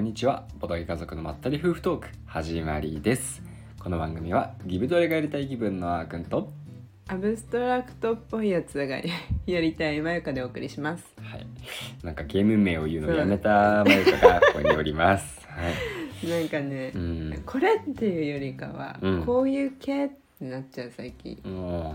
にちはボドゲ家族のまったり夫婦トーク始まりですこの番組はギブドレがやりたい気分のあーくんとアブストラクトっぽいやつが やりたいまゆかでお送りしますはいなんかゲーム名を言うのをやめたマユカがここにおりますはいなんかね、うんこれっていうよりかは、うんこういう系ってなっちゃう最近も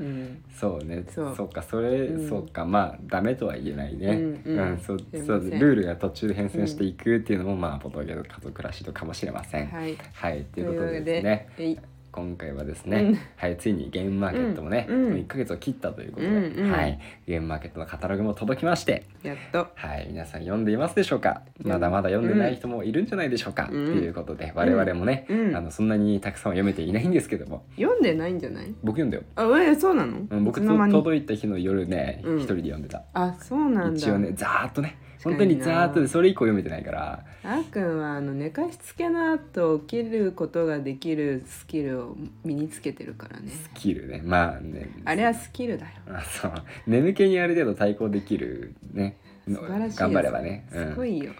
うんうそうねそそううかそれ、うんそうかまあダメとは言えないねうんうんそうすいませんそうルールが途中で変遷していくっていうのも、まあボドゲの家族らしいのかもしれませんはいはい、ということでですねというわけで今回はですね、うんはい、ついにゲームマーケットもね、うんうん1ヶ月を切ったということで、うんうんはい、ゲームマーケットのカタログも届きまして、えいやっとはい、皆さん読んでいますでしょうかまだまだ読んでない人もいるんじゃないでしょうか、うんということで我々もね、うんあのそんなにたくさんは読めていないんですけども読んでないんじゃない僕読んだよ、あえそうなの、うん、僕いつの間に届いた日の夜ね一、うん人で読んでたあそうなんだ一応ねざーっとね本当確かになにざーっとでそれ以降読めてないからあーくんはあの寝かしつけの後起きることができるスキルを身につけてるからねスキルねまあねあれはスキルだよあそう眠気にある程度対抗できるね素晴らしい頑張ればね、すごいよ、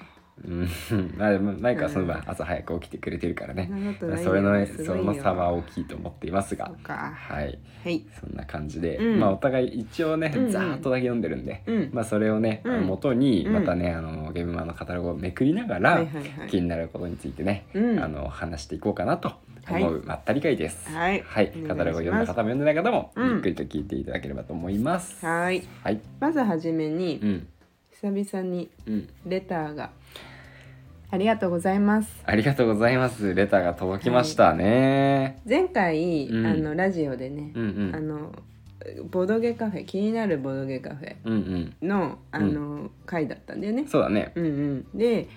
うん、 まあでもマイクはその分朝早く起きてくれてるからね、そんなことないよそれのねすごいそよの差は大きいと思っていますがそうかはいはいそんな感じで、うんまあお互い一応ねうんうんざーっとだけ読んでるんで、うんまあそれをね、うん元にうんまたねあのゲームマンのカタログをめくりながら、はいはいはい気になることについてね、うんあの話していこうかなと思うまったり会です。はいお願いしますカタログを読んだ方も読んでない方もうんゆっくりと聞いていただければと思います。はいはい、まずはじめにうん、久々にうん、レターがありがとうございますありがとうございます。レターが届きましたね。前回、うんあのラジオでね、うんうあん。のボドゲカフェ気になるボドゲカフェうんのあの、回だったんだようねん。そうだね。うんうんで、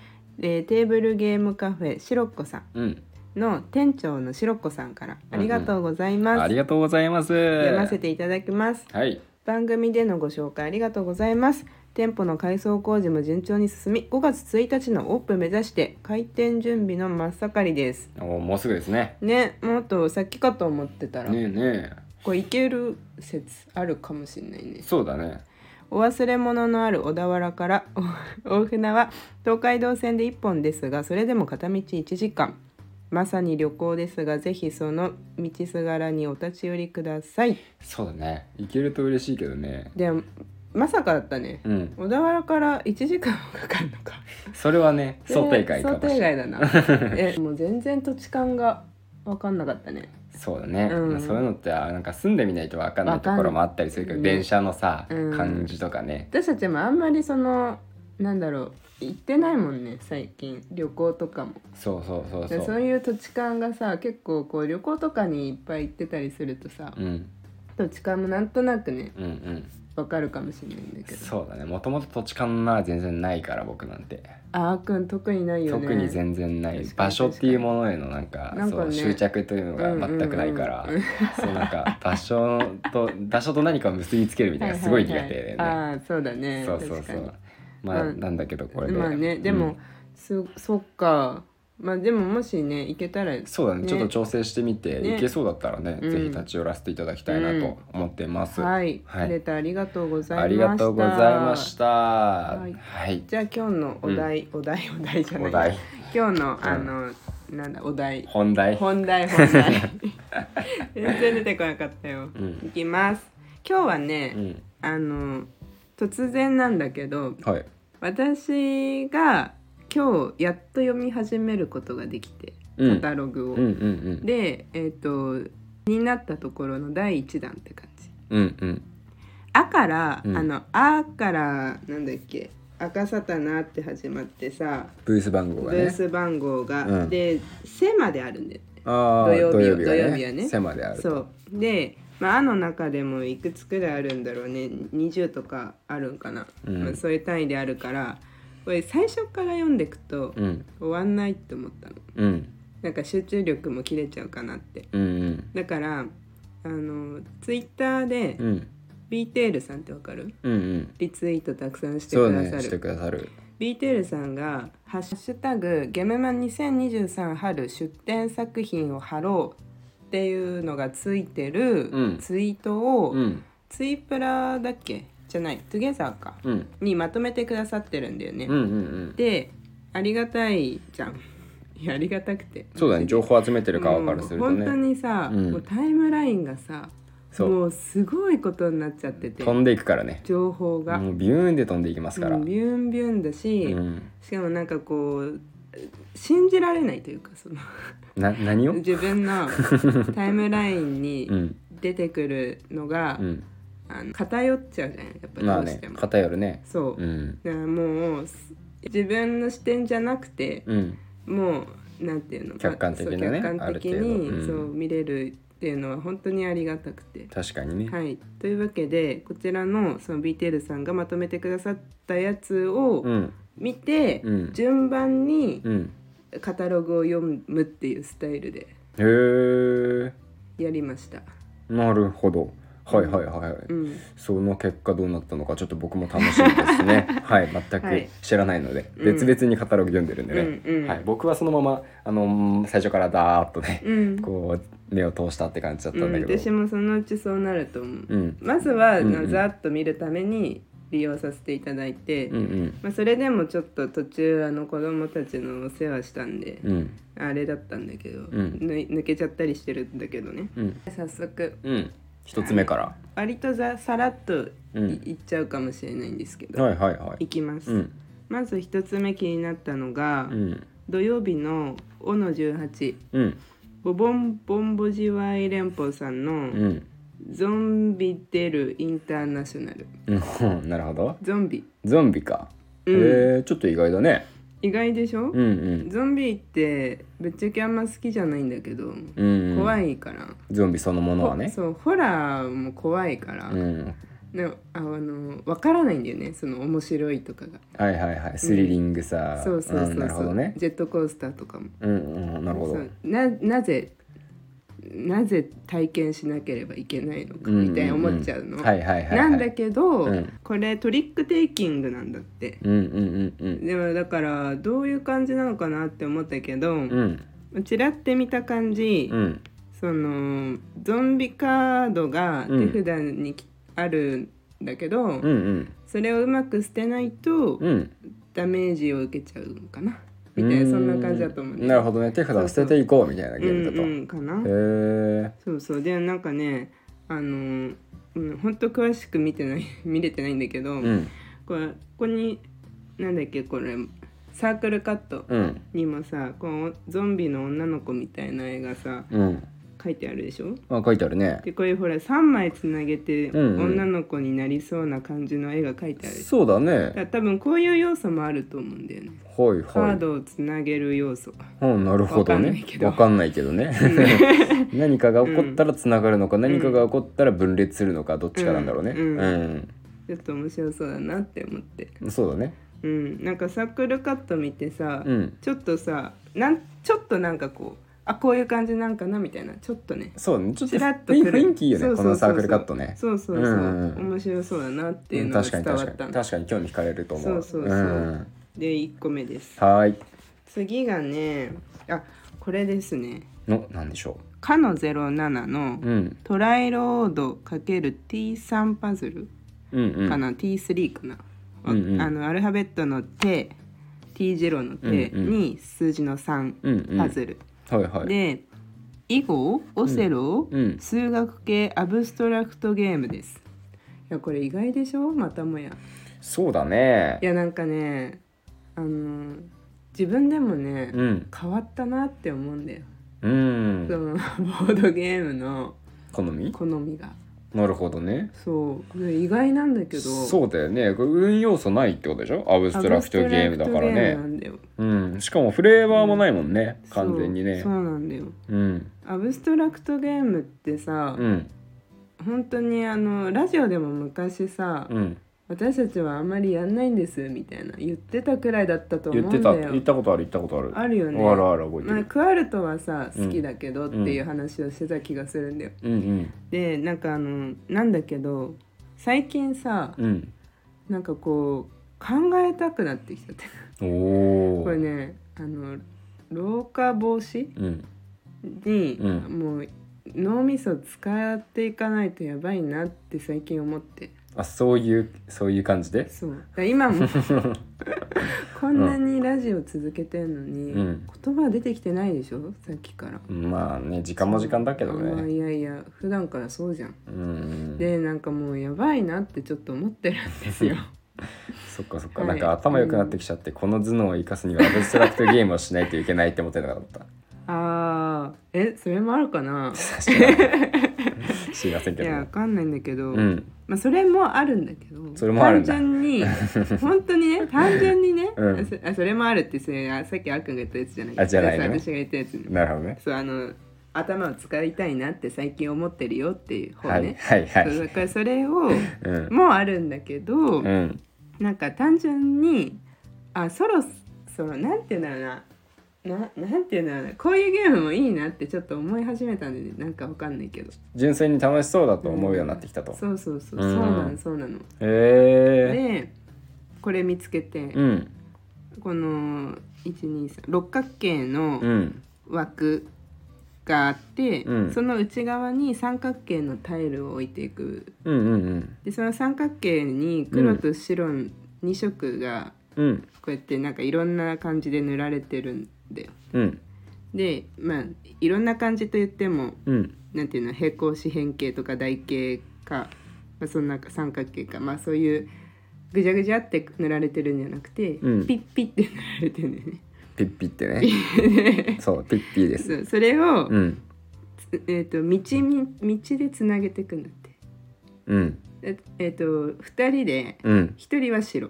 えーテーブルゲームカフェシロッコさんうん。の店長のシロッコさんからありがとうございます、ありがとうございます。読ませていただきますはい。番組でのご紹介ありがとうございます店舗の改装工事も順調に進み5月1日のオープン目指して開店準備の真っ盛りですおもうすぐですね。ねもっと先かと思ってたら、ねえねこれいける説あるかもしれないねえ。そうだね。お忘れ物のある小田原から お大船は東海道線で1本ですがそれでも片道1時間まさに旅行ですがぜひその道すがらにお立ち寄りくださいそうだね。いけると嬉しいけどね。でもまさかだったねうん。小田原から1時間もかかるのかそれはね、 想定外か想もし定れない。外だなえもう全然土地勘が分かんなかったねそうだね、うんそういうのってあなんか住んでみないと分かんないところもあったりするけど、わかんない電車のさ、うん感じとかね私たちもあんまりそのなんだろう行ってないもんね最近旅行とかもそうそうそうでそそういう土地勘がさ結構こう旅行とかにいっぱい行ってたりするとさ、うん土地勘もなんとなくねうんうん分かるかもしれないんだけどそうだねもともと土地勘は全然ないから僕なんてあーくん特にないよね特に全然ない確かに場所っていうものへのなんかなんかそうね執着というのが全くないから、うんうんうん そうなんか場所と場所と何かを結びつけるみたいなのがすごい苦手でね、はいはいはいああそうだねそうそう確かそにうまあうんなんだけどこれで、まあねでも、うんそそっかまあでももしね行けたらそうだねねちょっと調整してみて、ねいけそうだったらね、うんぜひ立ち寄らせていただきたいなと思ってます、はい、はいレターありがとうございましたありがとうございましたはいい、じゃあ今日のお題、お題お題じゃないお題今日のあの、なんだお題本題本題 本題全然出てこなかったよ、うんいきます今日はね、うんあの突然なんだけどはい私が今日やっと読み始めることができてうんカタログを、うんうんでえっ、とになったところの第一弾って感じうんうんうん「あ」から「うんあのあ」からなんだっけ「赤さたな」って始まってさブース番号ブがねース番号が、うんで「せ」まであるんだよねああ土曜日土土曜曜日日はねはね狭であるとそうで、まあ、あの中でもいくつくらいあるんだろうね20とかあるんかな、うんまあ、そういう単位であるからこれ最初から読んでくとうん終わんないって思ったのうんなんか集中力も切れちゃうかなってうんうんだからあのツイッターでうんビーテールさんってわかるうんうんリツイートたくさんしてそうくだねさしてる、くださるビーテールさんが「ハッシュタグゲメマン2023春出展作品を貼ろう」っていうのがついてるうんツイートを、うんツイプラだっけじゃないトゥゲザーかうんにまとめてくださってるんだよね。うんうんうんでありがたいじゃん いやありがたくてそうだね情報集めてる側からするともう本当ねにさ、うんもうタイムラインがさそうもうすごいことになっちゃってて飛んでいくからね情報が、もうビューンで飛んでいきますから、ううんんビュンビュンだし、しかもなんかこう信じられないというかそのな何を、自分 のタイムラインにうん出てくるのが、うん、あの偏っちゃうじゃんやっぱまどあうしねても、偏るねそう、うんだからもうす自分の視点じゃなくて、うんもうなんていうの客観的なねそう客あ観る的程度に、うんそう見れるっていうのは本当にありがたくて。確かにね、はい、というわけでこちらのその BTL さんがまとめてくださったやつをうん見て、うん順番にうんカタログを読むっていうスタイルでへえやりました。なるほどはいはいはいはい、うん、その結果どうなったのかちょっと僕も楽しみですね はい全はいく知らないので、うん別々にカタログ読んでるんでね、うんうんはい、僕はそのままあの最初からダーッとね、うん、こう目を通したって感じだったうんだん、け私ど、もそのうちそうなると思う。うん、うんまずは、うんうんざーっと見るために利用させていただいて、うんまあ、それでもちょっと途中あの子供たちのお世話したんで、うんあれだったんだけど、んぬ抜けちゃったりしてるんだけどねうん早速うん一つ目から、割とざさらっとい,、うんっちゃうかもしれないんですけど、はいはいはいいきます、うんまず一つ目気になったのが、うん土曜日の「おの18うん」ボボンボンボジワイ連邦さんのうん「ゾンビ出るインターナショナルうん なるほど」ゾンビゾンビか、うんえー、ちょっと意外だね意外でしょ、うんうんゾンビってぶっちゃけあんま好きじゃないんだけど、うんうん、怖いいから、ゾンビそのものはほねそうホラーも怖いから、うんねあのわからないんだよねその面白いとかがはいはいはいスリリングさ、そうそうそうそんう、なるほどねジェットコースターとかもうんうんなるほどそうななぜなぜ体験しなければいけないのかうんうんうんみたいに思っちゃうの、はいはいはい、はい、なんだけど、うんこれトリックテイキングなんだってうんうんうんでもだからどういう感じなのかなって思ったけど、うんうんちらって見た感じ、うんそのゾンビカードが手札にきあるんだけど、うんそれをうまく捨てないとうんうんダメージを受けちゃうのかなみたいなそんな感じだと思うね。なるほどね手札を捨てていこうみたいなゲうームだんと、うんかな。へえそうそうでなんかねあのうん本当詳しく見てない 見れてないんだけど、うんこれここになんだっけこれサークルカットうんにもさこうゾンビの女の子みたいな絵がさうん書いてあるでしょあ書いてあるねでこういうほら3枚つなげてうんうん女の子になりそうな感じの絵が書いてあるでしそょうだだかねら多分こういう要素もあると思うんだよねはいカーはドをつなげる要素いうんなるほどわかんないねけどわかんないけどね何かが起こったらつながるのか、何かが起こったら分裂するのかどっちかなんだろうねうんうん、ちょっと面白そうだなって思ってそうだねうんなんかサークルカット見てさ、うんちょっとさなんちょっとなんかこうあこういう感じなんかなみたいなちょっとねそうねちょっとちらっとくる雰囲気いいよねそうそうそうこのサークルカットねそうそうそう、うんうん面白そうだなっていううんのが確か伝にわ確ったかのに確かに興味惹かれると思う、そうそうそうんはで1個目ですーい次がねあこれですねのなんでしょ「かの07」のう、うん、 「トライロード ×T3 パズル」うんうんかな、T3 かな、うんうんあのアルファベットの「T」T0 の「T」うんうんに数字の3うんうんパズル、はいはいで囲碁オセロ、うん数学系アブストラクトゲームですいやこれ意外でしょまたもやそうだねいやなんかねあの自分でもね、うん変わったなって思うんだようんそのボードゲームの好み好みがなるほどねそうこれ意外なんだけどそうだよねこれ運用素ないってことでしょアブアストブストララククトトゲゲーームムだだかかららねねうんしかもフレーバーもないもんね、完全にねそうそうなんだようんアブストラクトゲームってさ、うん本当にあのラジオでも昔さ、うん私たちはあんまりやんないんですみたいな言ってたくらいだったと思言っうてんただ言っよたことある言ったことあるあるよねあるある覚えてまあ、るクワルトはさうん好きだけどっていう話をしてた気がするんだよ、うんでなんかあのなんだけど最近さうんうんなんかこう考えたくなってきちゃっておおこれねあの老化防止うんに、うんもう脳みそ使っていかないとやばいなって最近思ってあそういうそういう感じで そうだから今もここんなにラジオ続けてんのに、うん言葉出てきてないでしょさっきから。まあね時間も時間だけどあーねいやいや普段からそうじゃん。うんでなんかもうやばいなってちょっと 思ってるんですよ。そっかそっか、はいなんか頭良くなってきちゃって、この頭脳を生かすにはアブストラクトゲームをしないといけないって思ってなか ったああえそれもあるかな知りませんいけどやわねかんないんだけど、うんまあ、それもあるんだけどそれもあるんだ 単純に本当にね単純にね、うんあそあそれもあるってそれあさっきあっくんが言ったやつじゃないあじゃないのね私が言ったやつねなるほどねそうあの頭を使いたいなって最近思ってるよっていう方はいね、はいはいそうだからそれをうんもうあるんだけうど、んなんか単純にあそろそろなんて言うんだろうなななんて言うんだろうなこういうゲームもいいなってちょっと思い始めたんで、ね、なんかわかんないけど純粋に楽しそうだと思うようになってきたと、そうそうそう、うんそうなのそうなのへえでこれ見つけて、うんこの123六角形うのん枠があって、うんその内側に三角形のタイルを置いていくうんうんでその三角形に黒と白2色がうんうんこうやってなんかいろんな感じで塗られてるんだよ。うんでまあいろんな感じといってもうんなんていうの平行四辺形とか台形か、まあ、そんな三角形か、まあ、そういうぐじゃぐじゃって塗られてるんじゃなくて、うんピッピッって塗られてるんだよね。ピッピってね そうピッピですそうそれを、うんつえー、と道に道でつなげていくんだって。うんええー、と2人でうん1人は白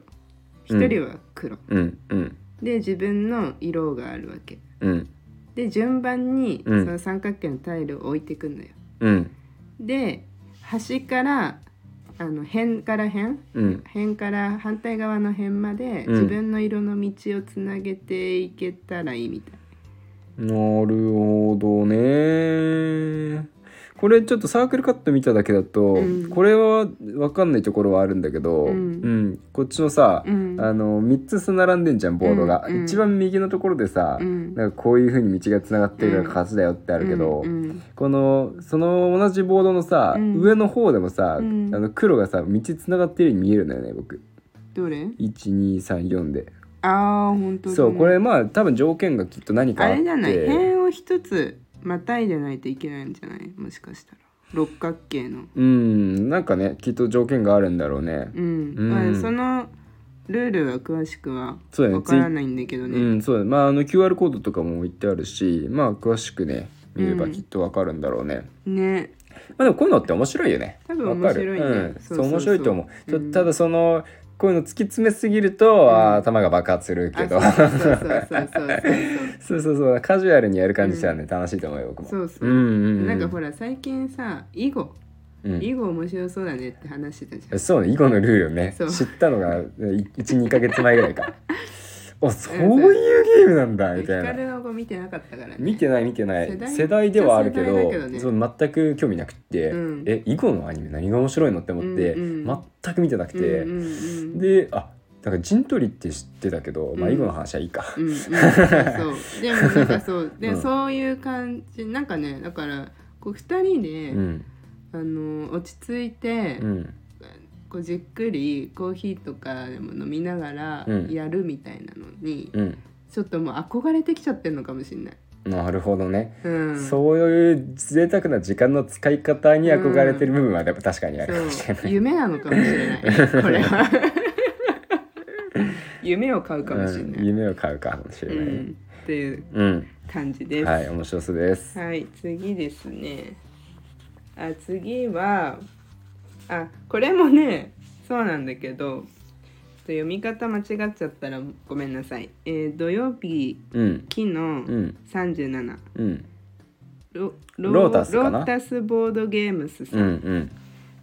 うん1人は黒、うんうんで自分の色があるわけうんで順番にそうんの三角形のタイルを置いていくんだよ。うんで端からあの辺から辺うん辺から反対側の辺までうん自分の色の道をつなげていけたらいいみたい、なるほどねこれちょっとサークルカット見ただけだと、うんこれは分かんないところはあるんだけど、うんんこっちのさ、うんあの3つ並んでんじゃんボードが、うんうん一番右のところでさ、うんなんかこういうふうに道がつながってるから勝ちだよってああるけど、うんうんこのその同じボードのさ、うん上の方でもさ、うんあの黒がさ道つながってるように見えるんだよね僕どれ1234で、ああ本当だねそうこれまあ多分条件がきっと何かああってれじゃない辺を一つまたいでないといけないんじゃないもしかしたら六角形のうんなんかねきっと条件があるんだろうねう、ん、うんまあ、そのルールは詳しくはそうだねわからないんだけどうねんそうだまああの QR コードとかも置いてあるしまあ詳しくね見ればきっとわかるんだろうね、ねまあでもこういうのって面白いよね多分わかる面白いねうん、そううそそうそう面白いと思う、ちょうんただそのこういうの突き詰めすぎると、あー頭が爆発するけどあそうそうそうそうそうそう そうそうそうカジュアルにやる感じしたらね、楽しいと思うよ僕もそうそううんうんうん、なんかほら最近さ囲碁うん囲碁面白そうだねって話してたじゃんそうね囲碁のルールをねそう知ったのが12か月前ぐらい かあそういうゲームなんだみヒたカいなルの碁見てなかったからね見てない見てない世世代代ではあるけめっちゃど世代だけどねそう全く興味なくって、うんえ囲碁のアニメ何が面白いのって思って、うんうん全く見てなくて、うんうんうんであだから陣取りって知ってたけど、まあうん囲碁の話はいいか、うんうん、そうでもなんかそうで、うんそういう感じなんかねだからこう2人で、うんあの落ち着いて、うんこうじっくりコーヒーとかでも飲みながらうんやるみたいなのに、うんちょっともう憧れてきちゃってるのかもしれない。なるほどね、うん、そういう贅沢な時間の使い方に憧れてる部分はでも確かにあるかもしそれうない。夢なのかもしれないこ れは夢を買うかもしれなうい、ん夢を買うかもしうれんないね。っていううん、感じです。はい、面白そうです。はい、次ですね。あ、次は。あ、これもね、そうなんだけど。ちょっと読み方間違っちゃったら、ごめんなさい。えー土曜日、うん、木のうん、三十七。うん、ロロータスかなロータスボードゲームスさうん、うんん。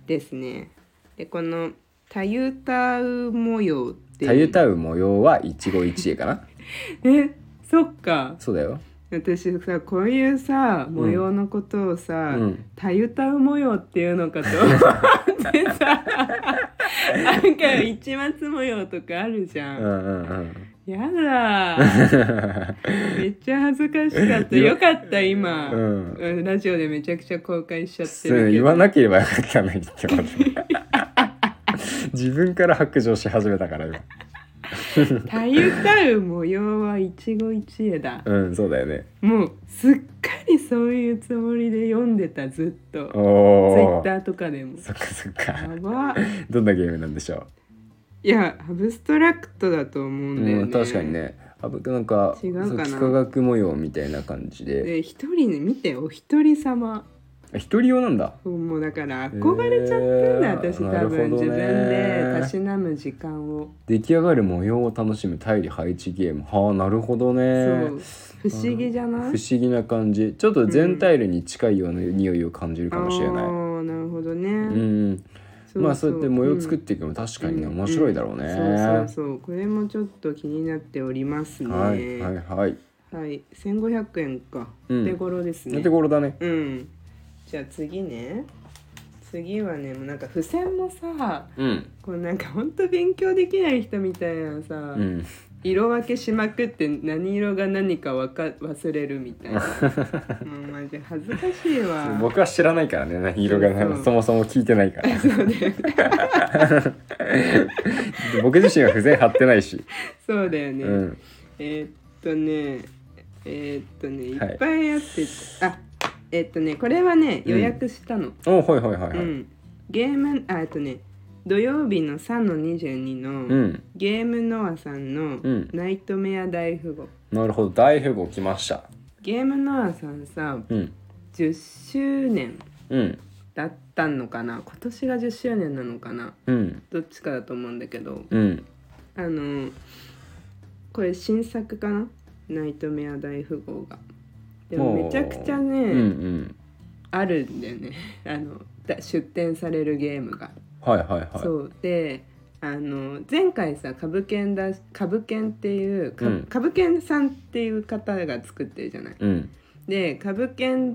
ですね。で、この。たゆたう模様っていう。たゆたう模様は一期一会かな。え、そっか。そうだよ。私さ、こういうさ、模様のことをさ。うん。たゆたう模様っていうのかと 思ってさなんか一松模様とかあるじゃ、うんんうんうん。やだめっちゃ恥ずかしかったよかった今、うんうんラジオでめちゃくちゃ公開しちゃってそるうけ言どわなければよかったのにって思って。自分から白状し始めたから今。たゆたう模様は一期一会だうんそうだよねもうすっかりそういうつもりで読んでたずっとおツイッおターとかでもそっかそっかやばどんなゲームなんでしょいやアブストラクトだと思うう、んだよね、うん、確かにねあ僕なんか違うかなそう幾何学模様みたいな感じでで一人ね見てお一人様あ一人用なんだもうだから憧れちゃってんへだ、ー私な多るほどね分自分でたしなむ時間を、出来上がる模様を楽しむ対理配置ゲームはあなるほどねそう不思議じゃ不ない思議な感じちょっと全体類に近いような匂いを感じるかもしれない、あうんーなるほどね、まあそうやって模様作っていくのも確かにね、うん面白いだろうね、そうそうそうこれもちょっと気になっておりますねはいはいはいはい、1500円か、うん手頃ですおね手頃だねうんじゃあ次ね次はねもうなんか付箋もさうんこうなんかほんと勉強できない人みたいなさ、うん色分けしまくって何色が何かわか忘れるみた いなもうマジ恥ずかしいわ僕は知らないからね何色がそうそうそもそも聞いてないから 僕自身は不全張ってないし、そうだよね、うん、えーっとねえーっとねいはいっぱいあって、あえーっとねこれはね予約したの、おはいはいはいはうい、んゲームあえっとね土曜日の3の22の、うんゲームノアさんのうん「ナイトメア大富豪」なるほど大富豪来ましたゲームノアさんさうん10周年うんだったのかな今年が10周年なのかなうんどっちかだと思うんだけどうんあのこれ新作かな「ナイトメア大富豪が」でもめちゃくちゃね、うんうんあるんだよね あのだ出展されるゲームが。はいはいはいそうであの前回さ株券だ株券っていうかうん株券さんっていう方が作ってるじゃない。うんで株券っ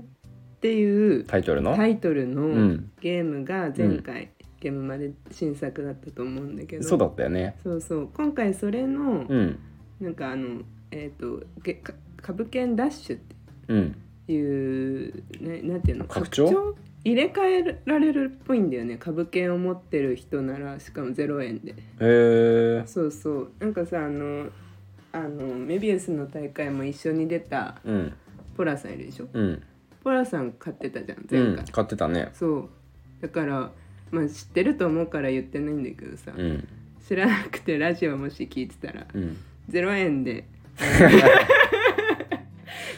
ていうタイトルのタイトルのんゲームが前回、ゲームまで新作だったと思うんだけどそうだったよねそうそう今回それの、うんなんかあのえっ、とげか株券ダッシュっうんていうねなんていうの拡張入れ替えられるっぽいんだよね株券を持ってる人ならしかも0円でへえそうそうなんかさあのあのメビウスの大会も一緒に出たうんポラさんいるでしょうんポラさん買ってたじゃんう前回、ん買ってたねそうだからまあ知ってると思うから言ってないんだけどさ、うん知らなくてラジオもし聞いてたらうん0 円で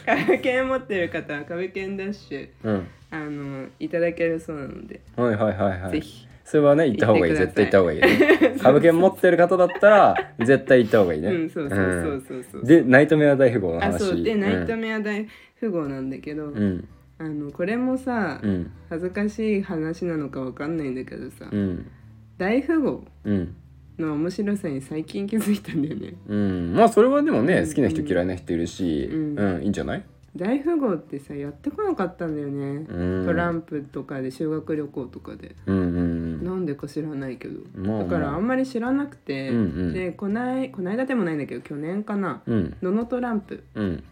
株券持ってる方は株券ダッシュうんあのいただけるそうなので、はいはいはいはいぜひそれはね行った方がいい行っ絶て対行くった方だがいいね株券持ってる方だったら絶対行った方がいいねうんそうそうそうそうそう、うんでナイトメア大富豪の話あそうで、うんナイトメア大富豪なんだけど、うんあのこれもさ、うん恥ずかしい話なのかわかんないんだけどさ、うん大富豪うんの面白さに最近気づいたんだよねうんまあそれはでもねうん好きな人嫌いな人いるしうんうんいいんじゃない大富豪ってさやってこなかったんだよね、うんトランプとかで修学旅行とかで、うんうんなんでか知らないけど、うんまあまあだからあんまり知らなくて、うんうんでこないこないだでもないんだけど去年かなうん「ののトランプうん」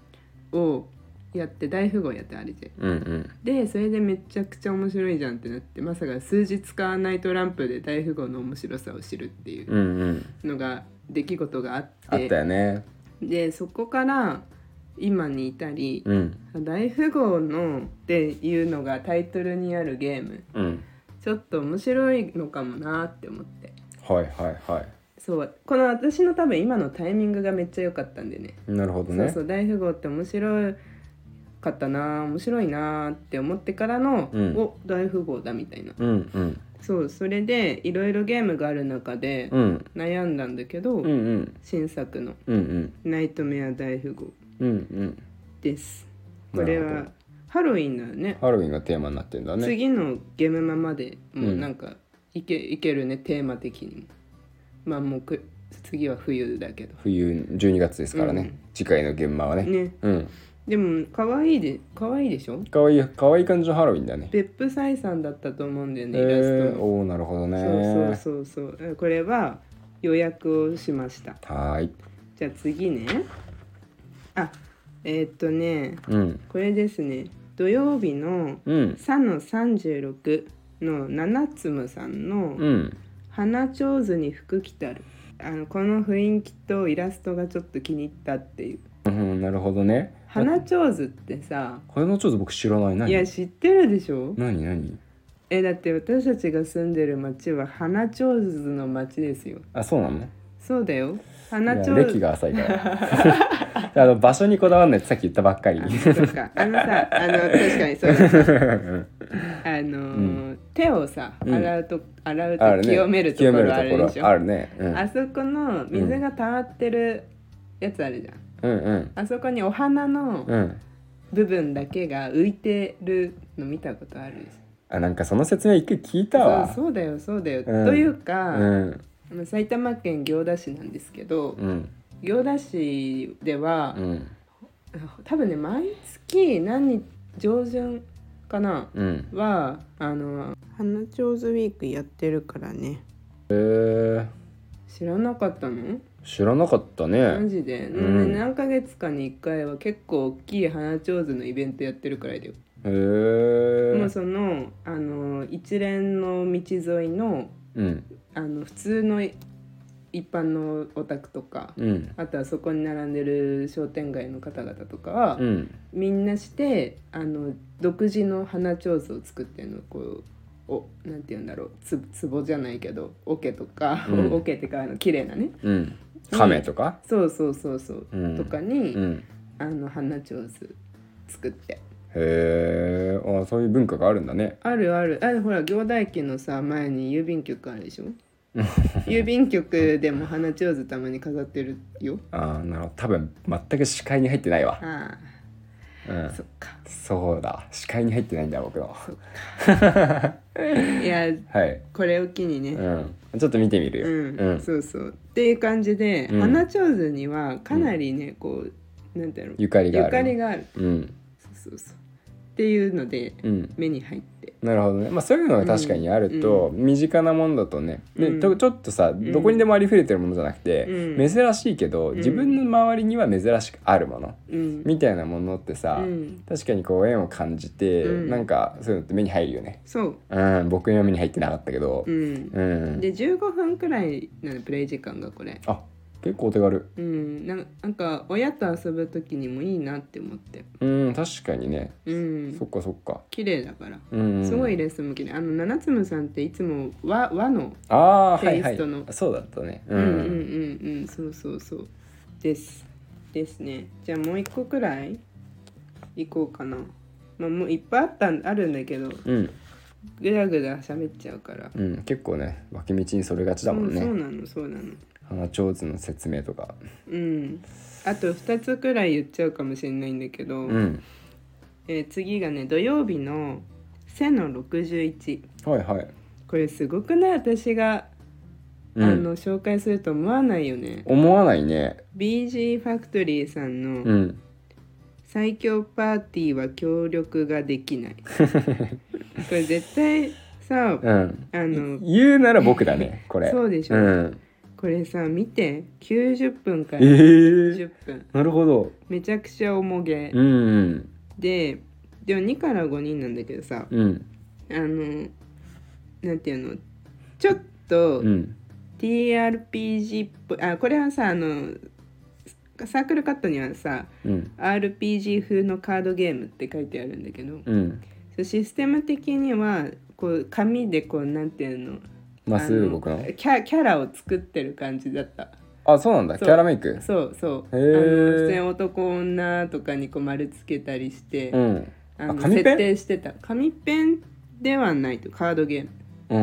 をやって大富豪やってあれでうんうんでそれでめちゃくちゃ面白いじゃんってなってまさか数字使わないトランプで大富豪の面白さを知るっていううんうんのが、出来事があってあったよねでそこから今に至り、うん大富豪のっていうのがタイトルにあるゲームうんちょっと面白いのかもなって思ってはいはいはそうこの私の多分今のタイミングがめっちゃ良かったんでねいなるほどそうねそう大富豪って面白かったな面白いなって思ってからの、うんお大富豪だみたいなうんうんそうそれでいろいろゲームがある中でうん悩んだんだけど、うんうん新作のうんうん「ナイトメア大富豪うんうん」ですこれなるほはハロウィンだよねハロウィンがテーマになってんだね次のゲームマまでもううんなんかいけ,、いけるねテーマ的にもまあもうく次は冬だけど冬12月ですからね、うん次回の現場はねねうんでも可愛いで可愛いでしょかわいいかわいい感じのハロウィンだね別府サイさんだったと思うんだよえねイラスートも、おおなるほどねそうそうそうそうこれは予約をしましたはーいじゃあ次ねあえーっとねうんこれですね土曜日のうん3の36の七つむさんのうん「花ちょうずに服着たるあのこの雰囲気とイラストがちょっと気に入ったっていううんなるほどね花ちょうずってさこれのちょっと僕知らない何いや知ってるでしょ何何えだって私たちが住んでる町は花ちょうずの町ですよあそうなのそうだよ花ちいょやう歴ずが浅いから あの場所にこだわるのってさっき言ったばっかりそっかあのさあの確かにそう だうんあのーう手をさうん洗うと、洗うあとるね清めるところあ清めるるでとこしょろあるね、うん、あそこの水が溜まってるやつあるじゃん、うんうんあそこにお花のうん部分だけが浮いてるの見たことあるでしょあなんかその説明一回聞いたわそうそうだよそうだよ、うんといううか、んあの埼玉県行田市なんですけど、うん行田市ではう、ん多分ね毎月何日上旬かなうんはあの花上手ウィークやってるからねへえ知らなかったの知らなかったマねジで、うん何ヶ月かに1回は結構大きい花上手のイベントやってるくらいだよ、へえもうそのあの一連の道沿いのうんあの普通のい一般のお宅とか、うんあとはそこに並んでる商店街の方々とかは、うんみんなしてあの独自の花手水を作ってるのこうおなんて言うんだろうつ壺じゃないけど桶とか、うん桶ってかあの綺麗なねうん亀とかそうそうそうそう、うんとかに、うんあの花手水作ってへえあそういう文化があるんだねあるあるあほら行田駅のさ前に郵便局ある でしょ郵便局でも花手水たまに飾ってるよあーなるほど多分全く視界に入ってないわ、あうあん、そっかそうだ視界に入ってないんだ僕のいやはい、これを機にね、うん、ちょっと見てみるよ、うんうんそうそうっていう感じで、うん花手水にはかなりねこうなんていうのゆかりがあゆるかりがあるうんそうそうそうっていうのでうん目に入ってなるほどね、まあ、そういうのが確かにあると、身近なものだとねでうんとちょっとさんどこにでもありふれてるものじゃなくて、うん珍しいけどん自分の周りには珍しくあるものうんみたいなものってうさ、ん確かにこう縁を感じて、うんなんかそういうのって目に入るよね。そううん、僕には目に入ってなかったけど、うんうん、で15分くらいなのプレイ時間がこれあ結構お手軽うんなんなんか親と遊ぶ時にもいいなって思ってうん確かにね、うんそっかそっか、綺麗だからうん、すごいレッスン向きであの七つむさんっていつも和和のああーはいはテイストのいそうだったねうんうんうんうんそうそうそうですですねじゃあもう一個くらい行こうかなまあもういっぱいあったんあるんだけどうん、ぐだぐだ喋っちゃうからうん、結構ね脇道にそれがちだもんそうそうねなのそうなの花ちょうずの説明とかうんあと2つくらい言っちゃうかもしれないんだけど、うんえー次がね土曜日の「背の61はいはい」これすごくない私が、うあんの紹介すると思わないよね思わないね BG ファクトリーさんの、うん最強パーティーは協力ができ ないこれ絶対さうんあの言うなら僕だ ねこれそうでしょうん、これさ見て90分かえらー、 10分なるほどめちゃくちゃ重げうんうんででも2から5人なんだけどさうんあのなんていうのちょっとうん TRPG っぽいあこれはさあのサークルカットにはさうん RPG 風のカードゲームって書いてあるんだけどうんそうシステム的にはこう紙でこうなんていうのまっすぐあの僕のキャキャラを作ってる感じだったあそうなんだそキうャラメイクそうそうあへのー普通に男女とかにこう丸つけたりして、うんあのあ紙ペン設定してた紙ペンではないとカードゲー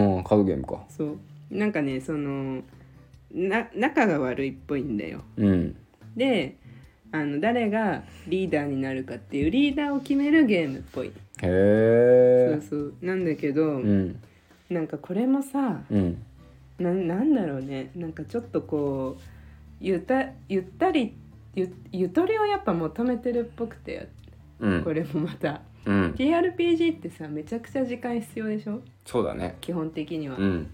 ムうんカードゲームかそうなんかねそのな仲が悪いっぽいんだようんであの誰がリーダーになるかっていうリーダーを決めるゲームっぽい、へそうえそうなんだけうど、んなんかこれもさうんななんだろうねなんかちょっとこうゆたゆったりゆゆとりをやっぱ求めてるっぽくてうんこれもまたうん TRPG ってさめちゃくちゃ時間必要でしょそうだね基本的には、うん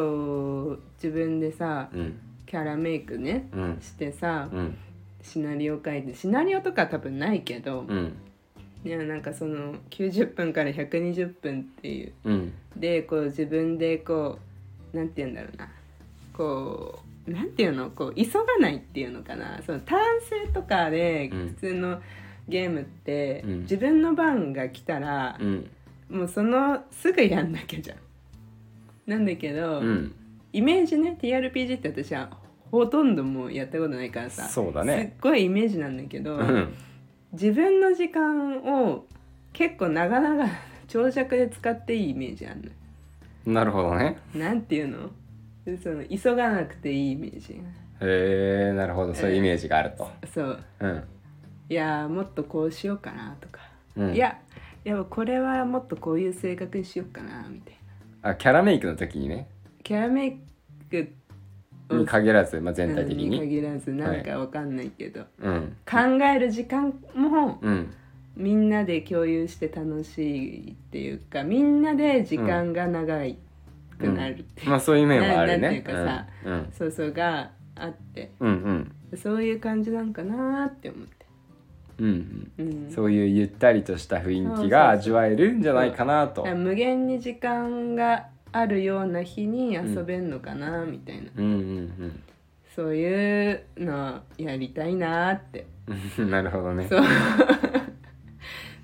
こう自分でさうんキャラメイクねうんしてさうんシナリオ書いてシナリオとか多分ないけど、うんいやなんかその90分から120分っていううんでこう自分でこうなんて言うんだろうなこうなんていうのこう急がないっていうのかなその単性とかでうん普通のゲームって、うん自分の番が来たらう、んもうそのすぐやんなきゃじゃん。なんだけど、うんイメージね TRPG って私はほとんどもうやったことないからさそうだねすっごいイメージなんだけど、うん自分の時間を結構長々長尺で使っていいイメージあるなるほどねのなんていうのその急がなくていいイメージへえなるほどそういうイメージがあると、そういやーもっとこうしようかなとか、うん、うん、いややっぱこれはもっとこういう性格にしようかなみたいなあキャラメイクの時にねキャラメイクをに限らず、まあ、全体的うんに限らずなんかわかんないけど、うん考える時間もうんみんなで共有して楽しいっていうかみんなで時間が長いくなるっていう、まあそういう面はあるなんなんねていうかさうんそうそうがあってうんうんそういう感じなんかなーって思って、うんうんううんん、そういうゆったりとした雰囲気が味わえるんじゃないかなとだから無限に時間があるような日に遊べんのかなみたいな、うんうんそういうのやりたいなーってうんなるほどねそう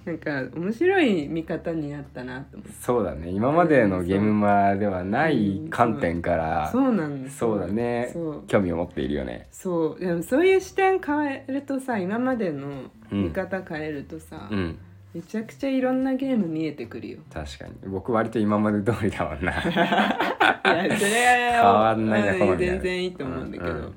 なんか面白い見方になったなと思ってそうだね今までのゲームマではない観点からそうなんですそうだねそう興味を持っているよねそうでもそういう視点変えるとさ今までの見方変えるとさ、うんめちゃくちゃいろんなゲーム見えてくるよ確かに僕割と今まで通りだもんないやそれ変わんないなうん好みはね全然いいと思うんだけど、うんうん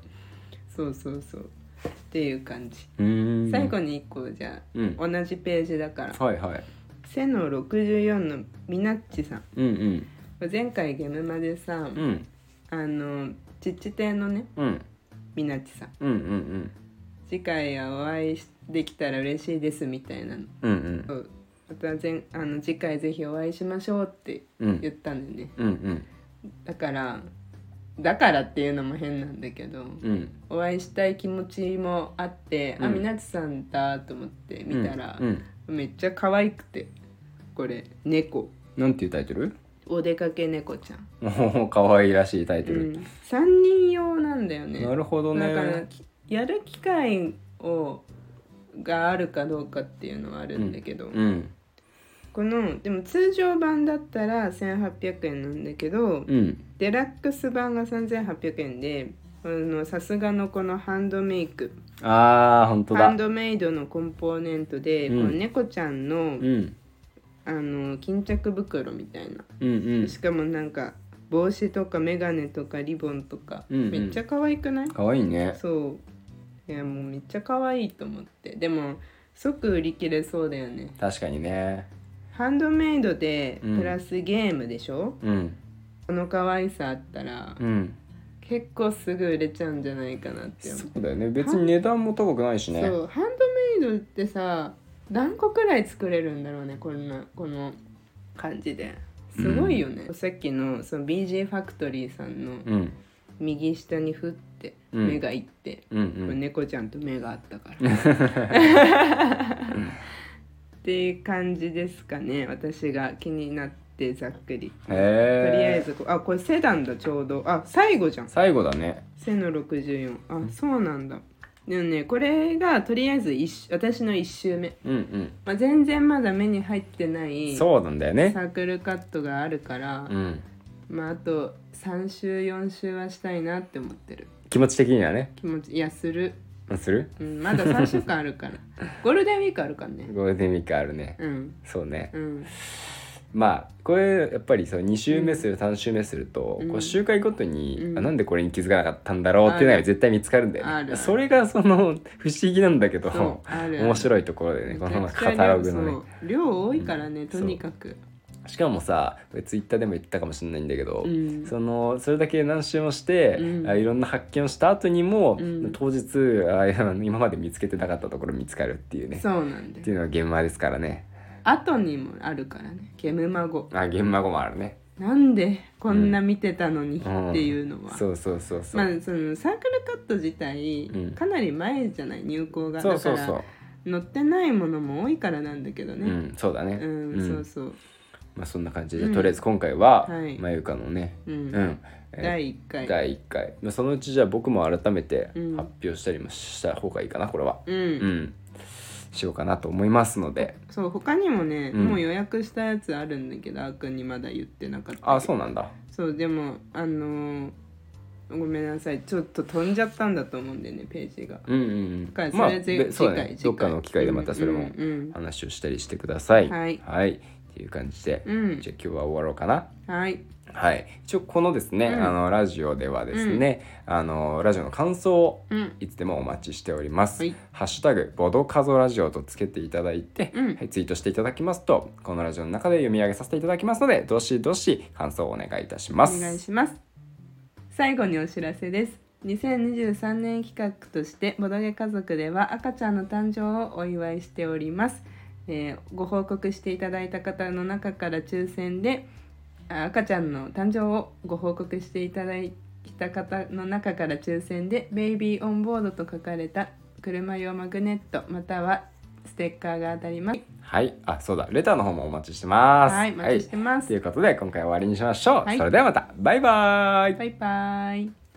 そうそうそうっていう感じ、うん最後に1個じゃうんあ同じページだからはいはい背の64のみなっちさんうん前回ゲームまでうさ、んうんあのちっち亭のねうんみなっちさんうんうん次回はお会いできたら嬉しいですみたいなのうんうんそうまた前あの次回ぜひお会いしましょうってうんうん言ったんだよねうんだからだからっていうのも変なんだけうどんお会いしたい気持ちもあって、あうんみなつさんだと思って見たら、うんめっちゃ可愛くてこれ猫なんていうタイトルお出かけ猫ちゃん、おー可愛らしいタイトうル、ん、3人用なんだよねなるほどねだからきやる機会をがあるかどうかっていうのはあるんだけうど、んこのでも通常版だったら1800円なんだけうど、んデラックス版が3800円であのさすがのこのハンドメイクあー本当ハだンドメイドのコンポーネントで、うんこの猫ちゃんの,、うんあの巾着袋みたいなうんうんしかもなんか帽子とか眼鏡とかリボンとか、うんうんめっちゃ可愛くない可愛いねそういやもうめっちゃ可愛いと思ってでも即売り切れそうだよね確かにねハンドメイドでうんプラスゲームでしょ、うんこの可愛さあったら、うん結構すぐ売れちゃうんじゃないかなって思うそうだよね別に値段も高くないしねそうハンドメイドってさ何個くらい作れるんだろうねこんなこの感じですごいよね、さっきのその BG ファクトリーさんのうん右下にふってうん目がいって、うんうこれん猫ちゃんと目があったからっていう感じですかね私が気になってざっくりへとりあええずこあこれセダンだちょうどあ最後じゃん最後だね背の64あそうなんだでもねこれがとりあえず一周私の1周目、うんまあ、全然まだ目に入ってうなんいサそうなんだよねークルカットがあるから、うんまああと3周4周はしたいなって思ってる気持ち的にはね気持ちいやする、するうん、まだ3週間あるから ゴールデンウィークあるからねゴールデンウィークあるねうんそうねうんまあこれやっぱりそう2週目する3週目すると、うんこう周回ごとに、うんあなんでこれに気づかなかったんだろうっていうのあがる絶対見つかるんだあよるあねるそれがその不思議なんだけそどうある面い白いところでねこのカタログのね量多いからね、とそうにかくしかもさツイッターでも言ったかもしれないんだけど、うんそのそれだけ何周もして、うんあいろんな発見をした後にも、うん当日あいや今まで見つけてなかったところ見つかるっていうねそうなんだっていようのが現場ですからね後にもあるからねゲム孫あ現場後もあるね、なんでこんな見てたのにうんっていうのは、そうそうそうそう、まあそのサークルカット自体、うんかなり前じゃない入校がそうそうだそかうら載ってないものも多いからなんだけどうねん、そうだね。うん、そうそうままあ、そんな感じで、とりあえず今回は、はいまゆかのね、ううんんえー第一回第1回、まあ、そのうちじゃあ僕も改めてうん発表したりもした方がいいかなこれはううんんしようかなと思いますのでそう他にもね、うんもう予約したやつあるんだけどあーくんにまだ言ってなかったあそうなんだそうでもあのーごめんなさいちょっと飛んじゃったんだと思うんでねページがうんうんだからうんそれでべそうだねどっかの機会でまたそれうもんうん話をしたりしてくださいはいっていう感じで、うん、うんじゃあ今日は終わろうかなはいはい一応このですね、うんあのラジオではですね、あのラジオの感想をうんいつでもお待ちしております。はいハッシュタグボドカゾラジオとつけていただいて、うんはい、ツイートしていただきますと、このラジオの中で読み上げさせていただきますので、どしどし感想をお願いいたします。お願いします最後にお知らせです2023年企画としてボドゲ家族では赤ちゃんの誕生をお祝いしております、えーご報告していただいた方の中から抽選であ赤ちゃんの誕生をご報告していただいた方の中から抽選で「ベイビーオンボード」と書かれた車用マグネットまたはステッカーが当たります。はい、あ、そうだ、レターの方もお待ちしてます。はい、お待ちしてまとす。いうことで、今回は終わりにしましょう。はいそれではまた、バイバイ。バイバイ。